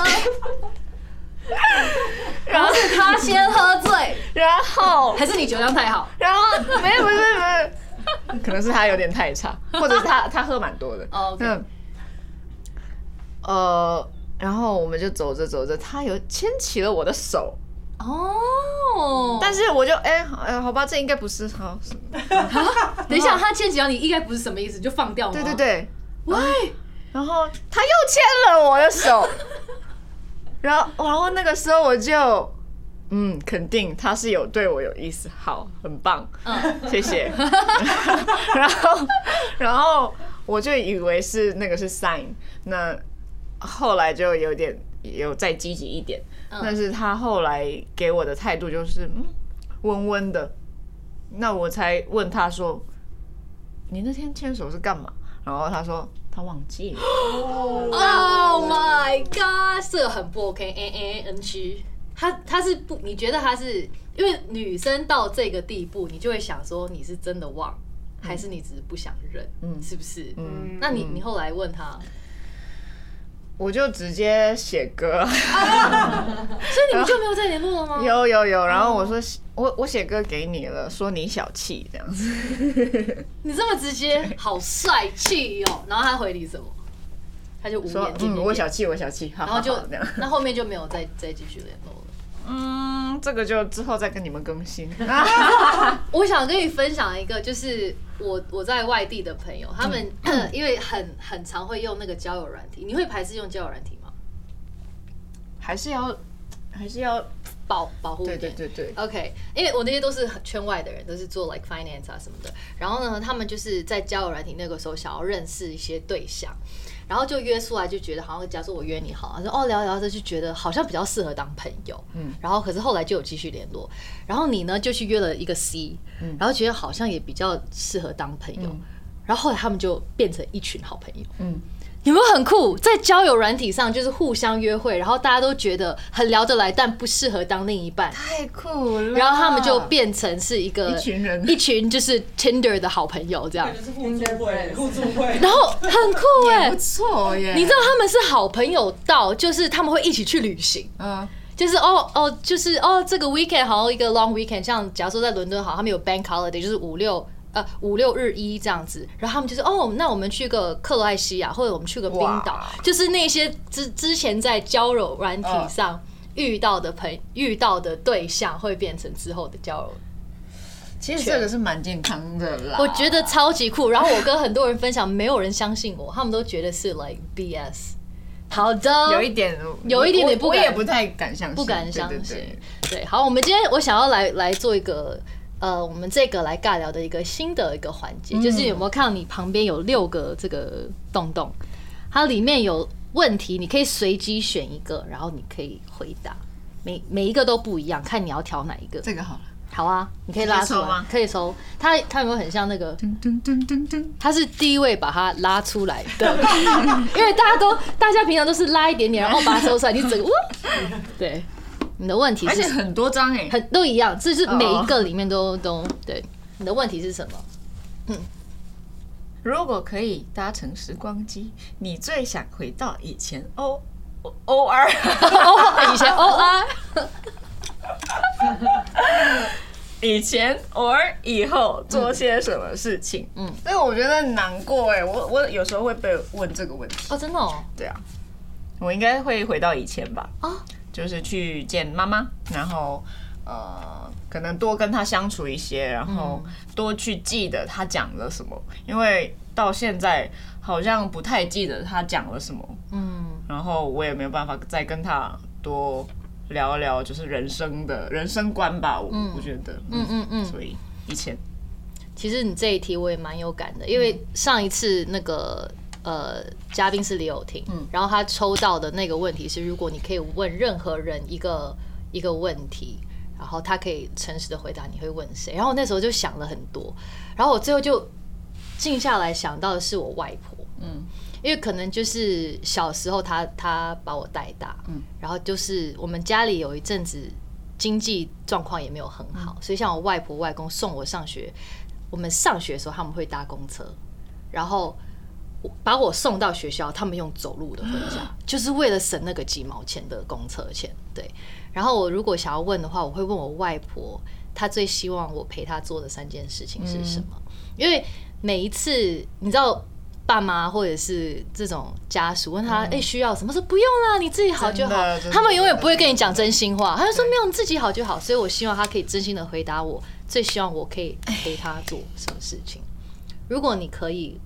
A: 然后是他先喝醉，
B: 然后
A: 还是你酒量太好？
B: 然后没有不是不是，可能是他有点太差，或者
A: [LAUGHS]
B: 是他他喝蛮多的。
A: 哦，OK
B: 嗯，呃，然后我们就走着走着，他有牵起了我的手，
A: 哦，
B: 但是我就哎好哎好吧，这应该不是好，是
A: 等一下他牵起到你应该不是什么意思，就放掉吗？
B: 对对对，
A: 喂，
B: 然后他又牵了我的手， [LAUGHS] 然后然后那个时候我就，嗯，肯定他是有对我有意思，好，很棒，
A: 嗯，[LAUGHS]
B: 谢谢。然后然后我就以为是那个是 sign，那后来就有点有再积极一点，
A: 嗯
B: 但是他后来给我的态度就是嗯温温的，那我才问他说，你那天牵手是干嘛？然后他说他忘记了。
A: Oh my god，这个很不 OK，n 欸 n n g。他他是不，你觉得他是因为女生到这个地步，你就会想说你是真的忘，还是你只是不想认，
B: 嗯
A: 是不是？
B: 嗯
A: 那你你后来问他，
B: 我就直接写歌，
A: 所以你们就没有再联络了吗？
B: [LAUGHS] 有有有，然后我说我我写歌给你了，说你小气这样子，
A: 你这么直接，好帅气哦。然后他回你什么？他就无
B: 说
A: 言，
B: 嗯
A: 点
B: 我
A: 点
B: 小气我小气，然
A: 然后就
B: 这样，
A: 那后面就没有再再继续联络了。
B: 嗯，这个就之后再跟你们更新。 [LAUGHS]
A: 我想跟你分享一个，就是我我在外地的朋友，他们、 [CLEARS THROAT] 因为很很常会用那个交友软体，你会排斥用交友软体吗？
B: 还是要还是要
A: 保保护一
B: 对
A: 点。
B: 对对对，
A: OK，因为我那些都是很圈外的人，都是做 like finance 啊什么的。然后呢，他们就是在交友软体那个时候想要认识一些对象，然后就约出来，就觉得好像假如说我约你好，他说哦聊一聊着就觉得好像比较适合当朋友，嗯
B: 嗯，
A: 然后可是后来就有继续联络，然后你呢就去约了一个 C，然后觉得好像也比较适合当朋友，然后后来他们就变成一群好朋友，嗯
B: 嗯。
A: 有没有很酷？在交友软体上就是互相约会，然后大家都觉得很聊得来，但不适合当另一半。
B: 太酷了。
A: 然后他们就变成是一个
B: 啊一群人
A: 一群就是 Tinder 的好朋友这样
D: 感，觉是互助会，互助
A: [LAUGHS]
D: 会。
A: 然后
B: [LAUGHS]
A: 很酷哎、
B: 也不错耶，
A: 你知道他们是好朋友到，就是他们会一起去旅行，
B: 嗯
A: 就是哦哦，就是哦，这个 weekend 好像一个 long weekend，像假如说在伦敦好，他们有 bank holiday，就是五六呃五六日一这样子，然后他们就是哦，那我们去个克罗埃西亚，或者我们去个冰岛
B: 哇，嗯
A: 就是那些之之前在交友软体上。遇到的朋遇到的对象会变成之后的交友
B: 其实这个是蛮健康的啦。
A: 我觉得超级酷。然后我跟很多人分享，没有人相信我，他们都觉得是 like BS。好的，
B: 有一点，
A: 有一点点
B: 我
A: 不
B: 我
A: 敢
B: 也不太敢相信，
A: 不敢相
B: 对对
A: 信。
B: 对
A: 对，好，我们今天我想要来来做一个。呃，我们这个来尬聊的一个新的一个环
B: 嗯
A: 节，就是有没有看到你旁边有六个这个洞洞，它里面有问题，你可以随机选一个，然后你可以回答，每每一个都不一样，看你要挑哪一个。
B: 这个好了。
A: 好啊，你可以拉出
B: 可以抽
A: 来
B: 吗，
A: 可以抽。它它有没有很像那个？
B: 噔噔噔噔，
A: 它是第一位把它拉出来的， [LAUGHS] 因为大家都大家平常都是拉一点点，然后把它抽出来，你整
B: [LAUGHS]
A: 个哇，对，你的问题
B: 而且
A: 是
B: 很多张哎，
A: 很都一样，这是每一
B: 哦
A: 个里面都都对。你的问题是什么？ [LAUGHS]
B: 如果可以搭乘时光机，你最想回到以前 O O R
A: 哦以前啊 O R
B: [LAUGHS] 以前 or 以后做些什么事情？
A: 嗯
B: 嗯，所以我觉得很难过哎，我我有时候会被问这个问题。
A: 哦，真的哦，
B: 对啊，我应该会回到以前吧。
A: 哦
B: 就是去见妈妈，然后呃，可能多跟她相处一些，然后
A: 嗯
B: 多去记得她讲了什么，因为到现在好像不太记得她讲了什么，
A: 嗯，
B: 然后我也没有办法再跟她多聊一聊，就是人生的人生观吧，我、我觉得，嗯
A: 嗯嗯
B: 所以以前
A: 其实你这一题我也蛮有感的，因
B: 嗯
A: 为上一次那个呃嘉宾是李友廷，
B: 嗯
A: 然后他抽到的那个问题是，如果你可以问任何人一个一个问题，然后他可以诚实的回答，你会问谁？然后我那时候就想了很多，然后我最后就静下来想到的是我外婆，嗯
B: 嗯。
A: 因为可能就是小时候她她把我带大，嗯
B: 嗯，
A: 然后就是我们家里有一阵子经济状况也没有很好，
B: 嗯
A: 所以像我外婆外公送我上学，我们上学的时候他们会搭公车，然后我把我送到学校，他们用走路的回
B: 啊
A: 家，就是为了省那个几毛钱的公车钱。对，然后我如果想要问的话，我会问我外婆，她最希望我陪她做的三件事情是什么？
B: 嗯
A: 因为每一次你知道。爸妈或者是这种家属问他，哎、需要什么？说不用啦，你自己好就好
B: 嗯真的。真的
A: 他们永远不会跟你讲真心话，他就说没有，你自己好就好。所以我希望他可以真心的回答我，最希望我可以陪他做什么事情。如果你可以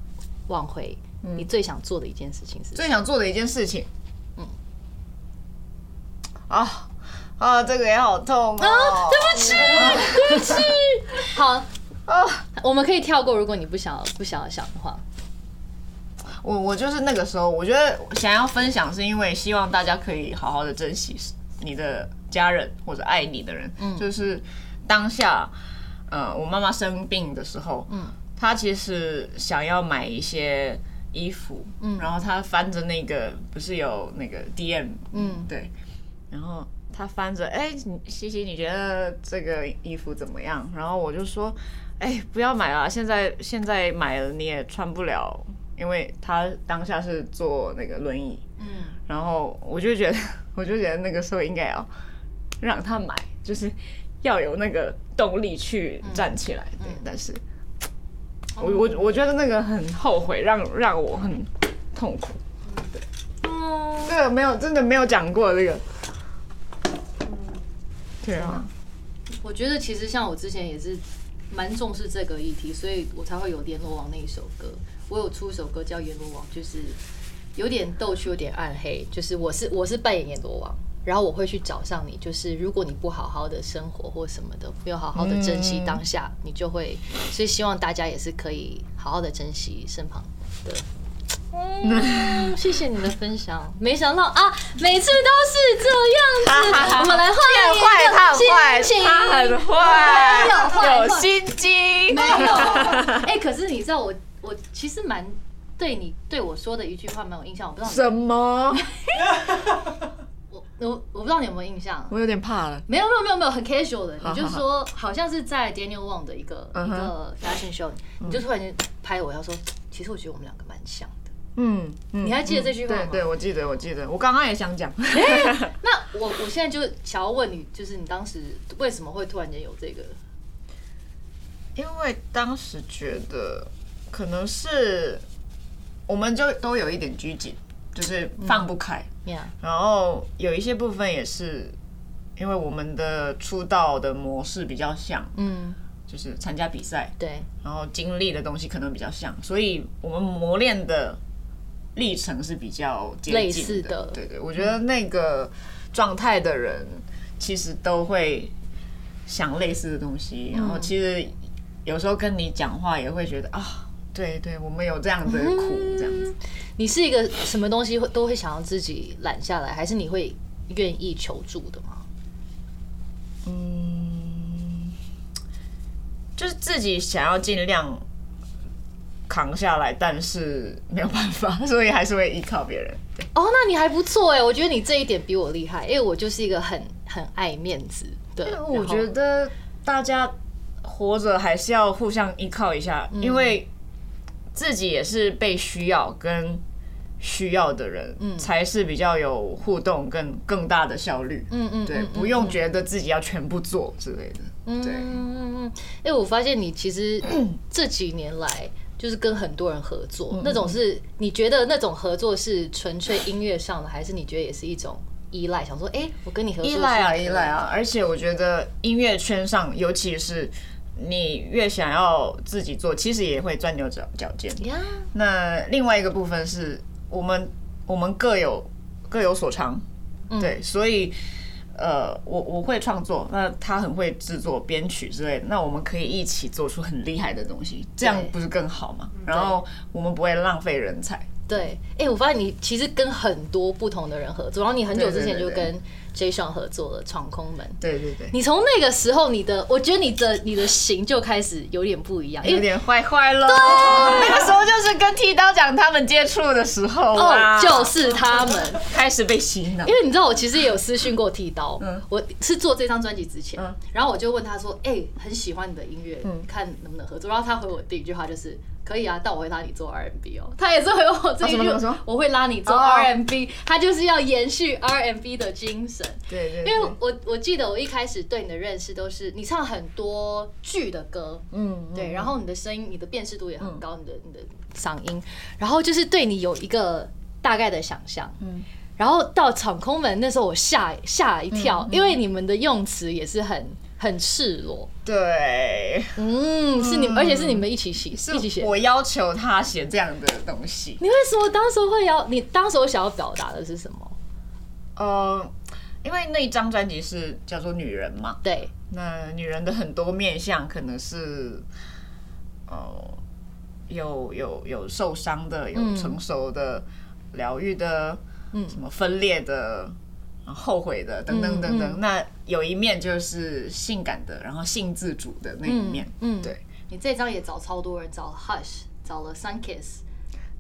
A: 往回，你最想做的一件事情是什么？
B: 最想做的一件事情，嗯，啊啊，这个也好痛哦，对不起。
A: 好，我们可以跳过，如果你不想不想要想的话，
B: 我我就是那个时候，我觉得想要分享，是因为希望大家可以好好的珍惜你的家人或者爱你的人。就是当下，呃，我妈妈生病的时候，嗯，她其实想要买一些衣服，嗯，然后她翻着那个不是有那个 DM，
A: 嗯
B: 嗯，对，然后她翻着，哎、你西西，你觉得这个衣服怎么样？然后我就说，哎、不要买了，现在现在买了你也穿不了，因为她当下是坐那个轮椅，嗯，然后我就觉得， [LAUGHS] 我就觉得那个时候应该要让她买，就是要有那个动力去站起来，对，但是。我我我觉得那个很后悔，让让我很痛苦。
A: 嗯
B: 对，这个没有真的没有讲过这个。对啊，
A: 我觉得其实像我之前也是蛮重视这个议题，所以我才会有《联络王》那一首歌。我有出一首歌叫《阎罗王》，就是有点逗趣，有点暗黑。就是我是我是扮演阎罗王，然后我会去找上你。就是如果你不好好的生活或什么的，没有好好的珍
B: 嗯
A: 惜当下，你就会。所以希望大家也是可以好好的珍惜身旁的。嗯，谢谢你的分享。没想到啊，每次都是这样子。
B: [LAUGHS]
A: 我们来换
B: 很
A: 一个
B: 坏，他很坏，
A: 心情
B: [LAUGHS] 他很
A: 没有坏
B: 坏，有心机。
A: 没
B: [LAUGHS]
A: 有。哎、可是你知道我，我其实蛮对你对我说的一句话蛮有印象，我不知道
B: 什么？
A: 你我我我不知道你有没有印象。
B: 我有点怕了。
A: 没有没有没有没有很 casual 的，
B: 好
A: 你就
B: 好好
A: 说好像是在 Daniel Wong 的一个一
B: 嗯哼
A: 个 fashion show，你就突然间拍我，要说其实我觉得我们两个蛮像
B: [LAUGHS]
A: 的。
B: 嗯，
A: 你
B: 你
A: 还记得这句话吗
B: 对对，我记得，我记得，我刚刚也
A: [LAUGHS]
B: 想讲。
A: 那我我现在就想要问你，就是你当时为什么会突然间有这个？
B: 因为当时觉得可能是我们就都有一点拘谨，就是放不开，
A: 呀、
B: 然后有一些部分也是因为我们的出道的模式比较像，
C: 嗯，
B: 就是参加比赛，
C: 对，
B: 然后经历的东西可能比较像，所以我们磨练的历程是比较接近
C: 类似的
B: 对对，我觉得那个状态的人其实都会想类似的东西，然
C: 嗯
B: 后其实有时候跟你讲话也会觉得啊，对对，我们有这样的苦，这样子。
A: 你是一个什么东西会都会想要自己揽下来，还是你会愿意求助的吗？
C: 嗯
B: 嗯就是自己想要尽量扛下来，但是没有办法，所以还是会依靠别人。
A: 哦，那你还不错哎，我觉得你这一点比我厉害，因为我就是一个很很爱面子的。然后
B: 我觉得大家活着还是要互相依靠一下，
A: 嗯
B: 因为自己也是被需要跟需要的人，
A: 嗯
B: 才是比较有互动跟更大的效率。
A: 嗯嗯，
B: 对，
A: 嗯
B: 不用觉得自己要全部做之类的。对，
A: 嗯嗯嗯，哎、我发现你其实这几年来就是跟很多人合作，那种是你觉得那种合作是纯粹音乐上的，还是你觉得也是一种依赖？想说，哎、我跟你合作
B: 依赖啊，
A: 是不是
B: 依赖啊！而且我觉得音乐圈上，尤其是你越想要自己做，其实也会钻牛角角尖。
A: 呀，
B: 那另外一个部分是我们我们各有各有所长，
A: 嗯
B: 对，所以呃，我我会创作，那他很会制作、编曲之类的，那我们可以一起做出很厉害的东西，这样
A: 对
B: 不是更好吗？然后我们不会浪费人才，
A: 对，哎、我发现你其实跟很多不同的人合作，然后你很久之前
B: 对对
A: 就
B: 对对
A: 跟 Jason 合作了《闯空门》。
B: 对对对。
A: 你从那个时候，你的我觉得你的你的型就开始有点不一样，因
B: 有
A: 为
B: 点坏坏了， [LAUGHS] 那个时候就是跟剃刀讲他们接触的时候
A: 哦
B: 啊，
A: 就是他们，
B: [LAUGHS] 开始被洗脑
A: 因。为你知道，我其实也有私讯过剃刀，
B: 嗯
A: 我是做这张专辑之前，然后我就问他说：“哎、很喜欢你的音乐，
B: 嗯
A: 看能不能合作。”然后他回我第一句话就是：“可以啊，但我会拉你做 R&B 哦。” [LAUGHS] 他也是回我这一
B: 啊什么
A: 句，
B: 什么什么
A: 我会拉你做
B: 哦
A: R&B，、他就是要延续 R&B 的精神。
B: 对对
A: 因
B: 对
A: 为我我记得我一开始对你的认识都是你唱很多剧的歌，
B: 嗯，
A: 对，然后你的声音、你的辨识度也很高，你的你的嗓音，然后就是对你有一个大概的想象，嗯，然后到敞空门那时候我吓吓
B: 嗯
A: 一跳，因为你们的用词也是很很赤裸，
B: 对，
A: 嗯，是你，而且是你们一起写，一起
B: 是
A: 写。
B: 我要求他写这样的东西。
A: 你为什么当时会要？你当时想要表达的是什么？
B: 呃，因为那一张专辑是叫做《女人》嘛，
A: 对，
B: 那女人的很多面相可能是，呃，有有有受伤的，有成熟的，疗愈的，嗯，什么分裂的。然后后悔的，等等等等。那有一面就是性感的，然后性自主的那一面，
A: 嗯，
B: 对
A: 你这张也找超多人，找了 Hush，找了 Sun Kiss，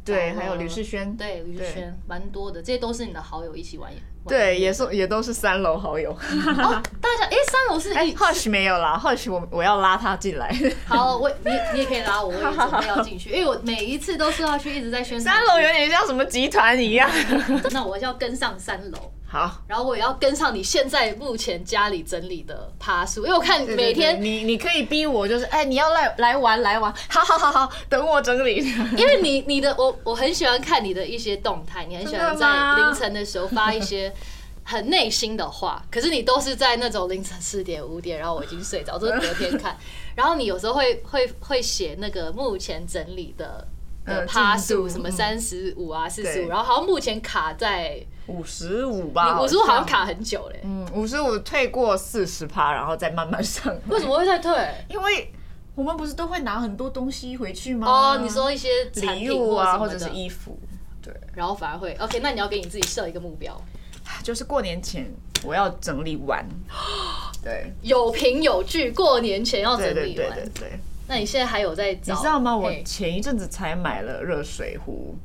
B: 对，
A: 哦
B: 还有吕世轩，
A: 对，于
B: 对
A: 轩，蛮多的，这些都是你的好友一
B: [LAUGHS]
A: 起玩。玩
B: 对，也是也都是三楼好友。
A: 哦，大家，哎，三楼是
B: 哎
A: 一
B: ，Hush 没有啦，Hush 我我要拉他进来。
A: 好，我你你也可以拉我，我也准备要进去，因为我每一次都是要去，一直在宣传。
B: [LAUGHS] 三楼有点像什么集团一样。
A: [LAUGHS] 那我要跟上三楼，
B: 好，
A: 然后我也要跟上你现在目前家里整理的趴数，因为我看你每天，
B: 你你可以逼我，就是哎，你要来来玩来玩， [LAUGHS] 好好好好，等我整理。
A: 因为你你的我我很喜欢看你的一些动态，你很喜欢
B: 真的吗
A: 在凌晨的时候发一些。很内心的话，可是你都是在那种凌晨四点五点，然后我已经睡着，都是隔天看。然后你有时候会会会写那个目前整理的的
B: 呃
A: 趴
B: 进
A: 数，
B: 度
A: 什么
B: 嗯
A: 三十五啊、四十
B: 对
A: 五，然后好像目前卡在
B: 五十五吧，
A: 我是不是好像卡，很久嘞、
B: 嗯，五十五退过四十趴，然后再慢慢上。 [LAUGHS]
A: 为什么会在退？
B: 因为我们不是都会拿很多东西回去吗？
A: 哦，你说一些产
B: 礼
A: 品
B: 物啊，
A: 或
B: 或者
A: 什
B: 是
A: 么的，
B: 衣服，对，
A: 然后反而会 OK。那你要给你自己设一个目标，
B: 就是过年前我要整理完。 [GASPS] 对
A: 有凭有据，过年前要整
B: 对对
A: 理
B: 对
A: 完。
B: 对对。
A: 那你现在还有在找？
B: 你知道吗？我
A: 嘿
B: 前一阵子才买了热水壶，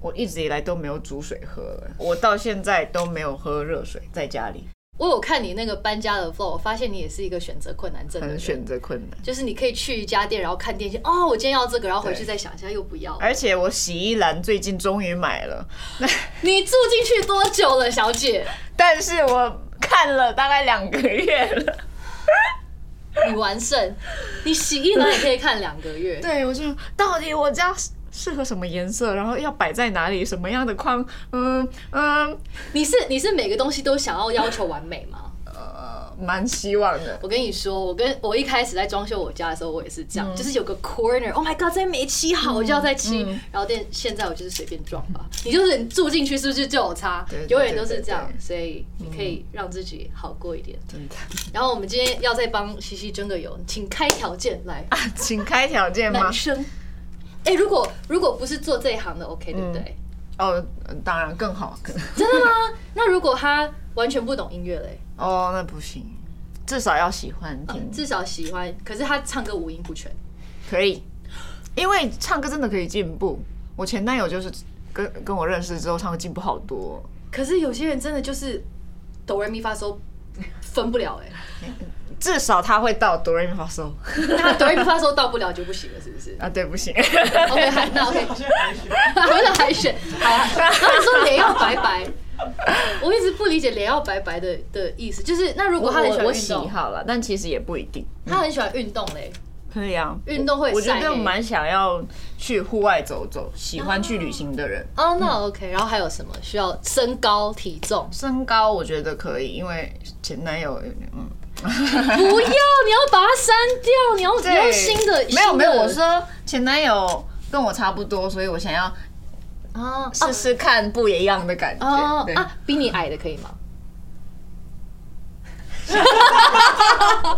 B: 我一直以来都没有煮水喝了，我到现在都没有喝热水，在家里
A: 我有看你那个搬家的 vlog，我发现你也是一个选择困难症的
B: 很
A: 人。
B: 选择困难。
A: 就是你可以去一家店，然后看店线，哦，我今天要这个，然后回去
B: 对
A: 再想一下又不要。
B: 而且我洗衣篮最近终于买了，
A: 你住进去多久了，小姐？
B: 但是我看了大概两个月了。 [LAUGHS]
A: 你完胜，你洗衣篮也可以看两个月。
B: 对，我就到底我家适合什么颜色，然后要摆在哪里，什么样的框，嗯嗯
A: 你是你是每个东西都想要要求完美吗？望。
B: 呃蛮希望的。 [LAUGHS]
A: 我跟你说，我跟我一开始在装修我家的时候，我也是这
B: 嗯
A: 样，就是有个 corner，Oh my god，这边没漆好，我就要再漆。
B: 嗯
A: 然后店现在我就是随便装吧，你就是你住进去是不是就有差
B: 对？
A: 永远都是这样
B: 对对，对嗯
A: 所以你可以让自己好过一点。
B: 真的，
A: [LAUGHS] 然后我们今天要再帮西西争个油，请开条件来，
B: 请开条件吗
A: 男？生。哎，如果如果不是做这一行的，OK，对不对？
B: 哦，当然更好。更
A: 真的吗？ [LAUGHS] 那如果他完全不懂音乐嘞，
B: 哦，那不行，至少要喜欢听，
A: 至少喜欢，可是他唱歌五音不全。
B: 可以，因为唱歌真的可以进步。我前男友就是跟跟我认识之后，唱歌进步好多。
A: 可是有些人真的就是哆来咪发嗦分不了哎、
B: 至少他会到哆来咪发嗦 [LAUGHS]
A: 那他哆来咪发嗦到不了就不行了，是不是
B: 啊，对，不行，
A: ？OK，还那 OK，
D: 好像还学，
A: 我在海选，好啊。然后你说脸要白白，我一直不理解脸要白白的的意思，就是那如果他很喜欢
B: 我
A: 运
B: 喜
A: 动，
B: 好了，但其实也不一定。
A: 他很喜欢运动嘞，
B: 可以啊，
A: 运动会
B: 我觉
A: 晒
B: 得
A: 黑
B: 蛮想要去户外走走，喜欢去旅行的人。
A: 哦，那 OK，然后还有什么需要身高体重？
B: 身高我觉得可以，因为前男友有点嗯，
A: 不要，你要把它删掉，你要你要新的，
B: 没
A: 新
B: 有
A: 的
B: 没有，我说前男友跟我差不多，所以我想要
A: 啊
B: 试试看不一样的感觉。
A: 哦
B: 对，
A: 啊，比你矮的可以吗？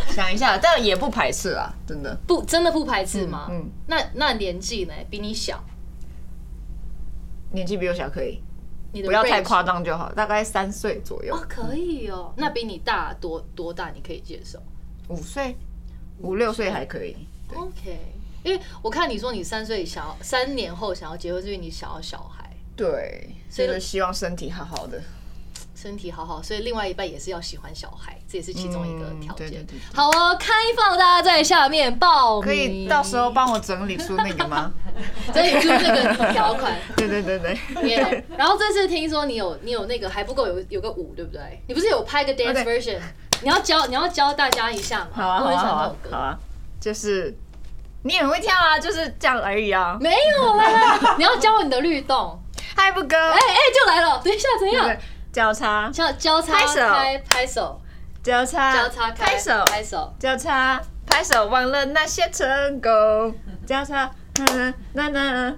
B: 想一下，但也不排斥啊，真的。
A: 不，真的不排斥吗？
B: 嗯，
A: 那那年纪呢？比你小，
B: 年纪比我小可以，
A: 你的
B: 不要太
A: range
B: 夸张就好，大概三岁左右
A: 哦，，可以哦。那比你大多多大？你可以接受
B: 五岁、五六岁还可以。对
A: ？OK，因为我看你说你三岁想要三年后想要结婚，是因为你想要小孩，
B: 对，
A: 所以
B: 就是希望身体好好的。
A: 身体好好，所以另外一半也是要喜欢小孩，这也是其中一个
B: 嗯
A: 条
B: 对对
A: 件
B: 对对。
A: 好哦，开放大家在下面报名，
B: 可以到时候帮我整理出那个吗？
A: 所以就这个条款。
B: [LAUGHS] 对对对对。
A: [LAUGHS] 耶！然后这次听说你有你有那个还不够有有个舞对不对？你不是有拍个 dance
B: 啊对
A: version？你要教你要教大家一下嘛？
B: 好啊，
A: 我
B: 好
A: 很
B: 啊，
A: 喜欢这
B: 好啊
A: 首，
B: 好
A: 歌。
B: 啊，就是你很会跳啊，就是这样而已啊。
A: 没有啦，你 [LAUGHS] 要教你的律动。
B: 嗨，不哥，
A: 哎哎，就来了！等一下，怎
B: 哦对不
A: 样
B: 对？交叉，
A: 叫交叉
B: 拍手
A: 开拍手，
B: 交叉，
A: 交叉开
B: 拍手，
A: 拍手。
B: 交叉，拍手，忘了那些成功，交叉，嗯，那那。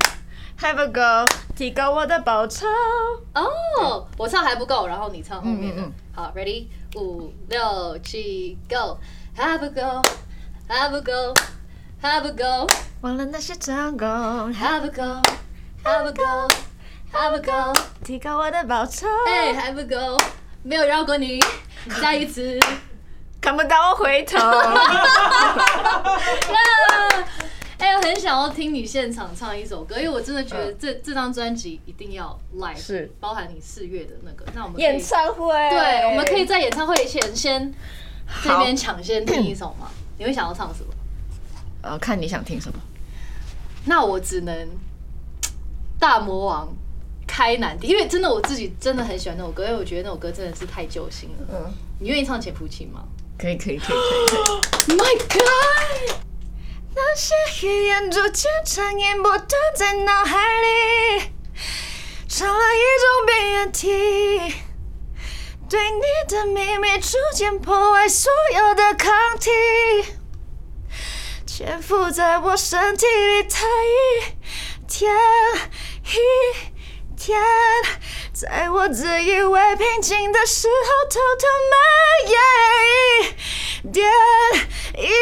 B: 还不够，提高我的报酬。
A: 哦，我唱还不够，然后你唱后面的
B: 嗯嗯嗯。
A: 好，ready，五六七，go，还不够，还不够，还不够。
B: 忘了那些成功，
A: 还不够，还不够，还不够，
B: 提高我的报酬。
A: 哎，还不够，没有饶过你，再一
B: [LAUGHS]
A: 次。
B: 看不到我回头。
A: 哎、我很想要听你现场唱一首歌，因为我真的觉得这、这张专辑一定要 live，
B: 嗯是
A: 包含你四月的那个，那我们可以
B: [LAUGHS] 演，唱会，
A: 对，我们可以在演唱会前先这边抢先听一首
B: [CLEARS THROAT]
A: 嘛？你会想要唱什么？
B: 呃，看你想听什么。
A: 那我只能大魔王开难题，因为真的我自己真的很喜欢那首歌，因为我觉得那首歌真的是太揪心了。
B: 嗯，
A: 你愿意唱《潜伏期》吗
B: 可以，可以，可以。
A: ？My God！
B: 那些黑暗逐渐成烟波荡在脑海里，成了一种病原体。对你的秘密逐渐破坏所有的抗体，潜伏在我身体里，它一天一天，在我自以为平静的时候，偷偷蔓延一点一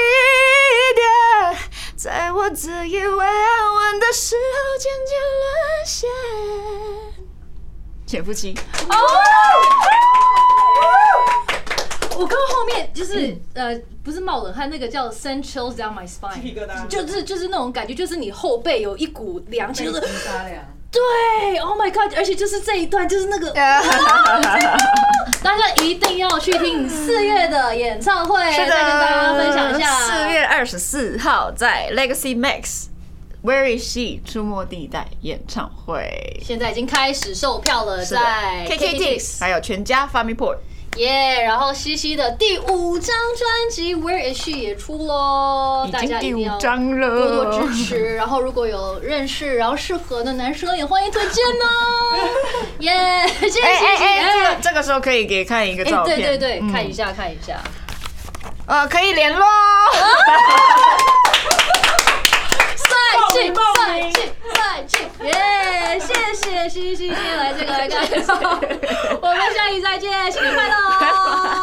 B: 点，在我自以为安稳的时候，渐渐沦陷。潜伏期。
A: 哦我刚刚后面就是、呃，不是冒冷汗，那个叫 send chills down my
D: 鸡皮
A: spine，
D: 疙瘩，
A: 就是就是那种感觉，就是你后背有一股凉气，就是
E: 沙凉，
A: 对，Oh my God！而且就是这一段，就是那个，啊 [LAUGHS] 大家一定要去听四月的演唱会，哎再跟大家分享一下。
B: 四月二十四号在 Legacy Max Where is she 出没地带演唱会，
A: 现在已经开始售票了，
B: 是的
A: 在
B: KKTix 还有全家 Famiport。
A: 耶然后西西的第五张专辑《Where Is She》也出喽，
B: 已
A: 哦大
B: 经
A: 家一
B: 第
A: 定
B: 五
A: 要
B: 章了，
A: 多多支持。然后如果有认识然后适合的男生，也欢迎推荐哦。耶，谢谢
B: 哎
A: 谢
B: 哎
A: 谢。
B: 哎，这个这个时候可以给看一个
A: 哎，
B: 照片，
A: 对对对，
B: 嗯
A: 看一下看一下。
B: 呃，可以联络哦。
A: [LAUGHS] 帅气，
D: 报
A: 帅
D: 名
A: 气，帅气！耶！谢谢西西今天来这个来干，我们下期再见，新年快乐！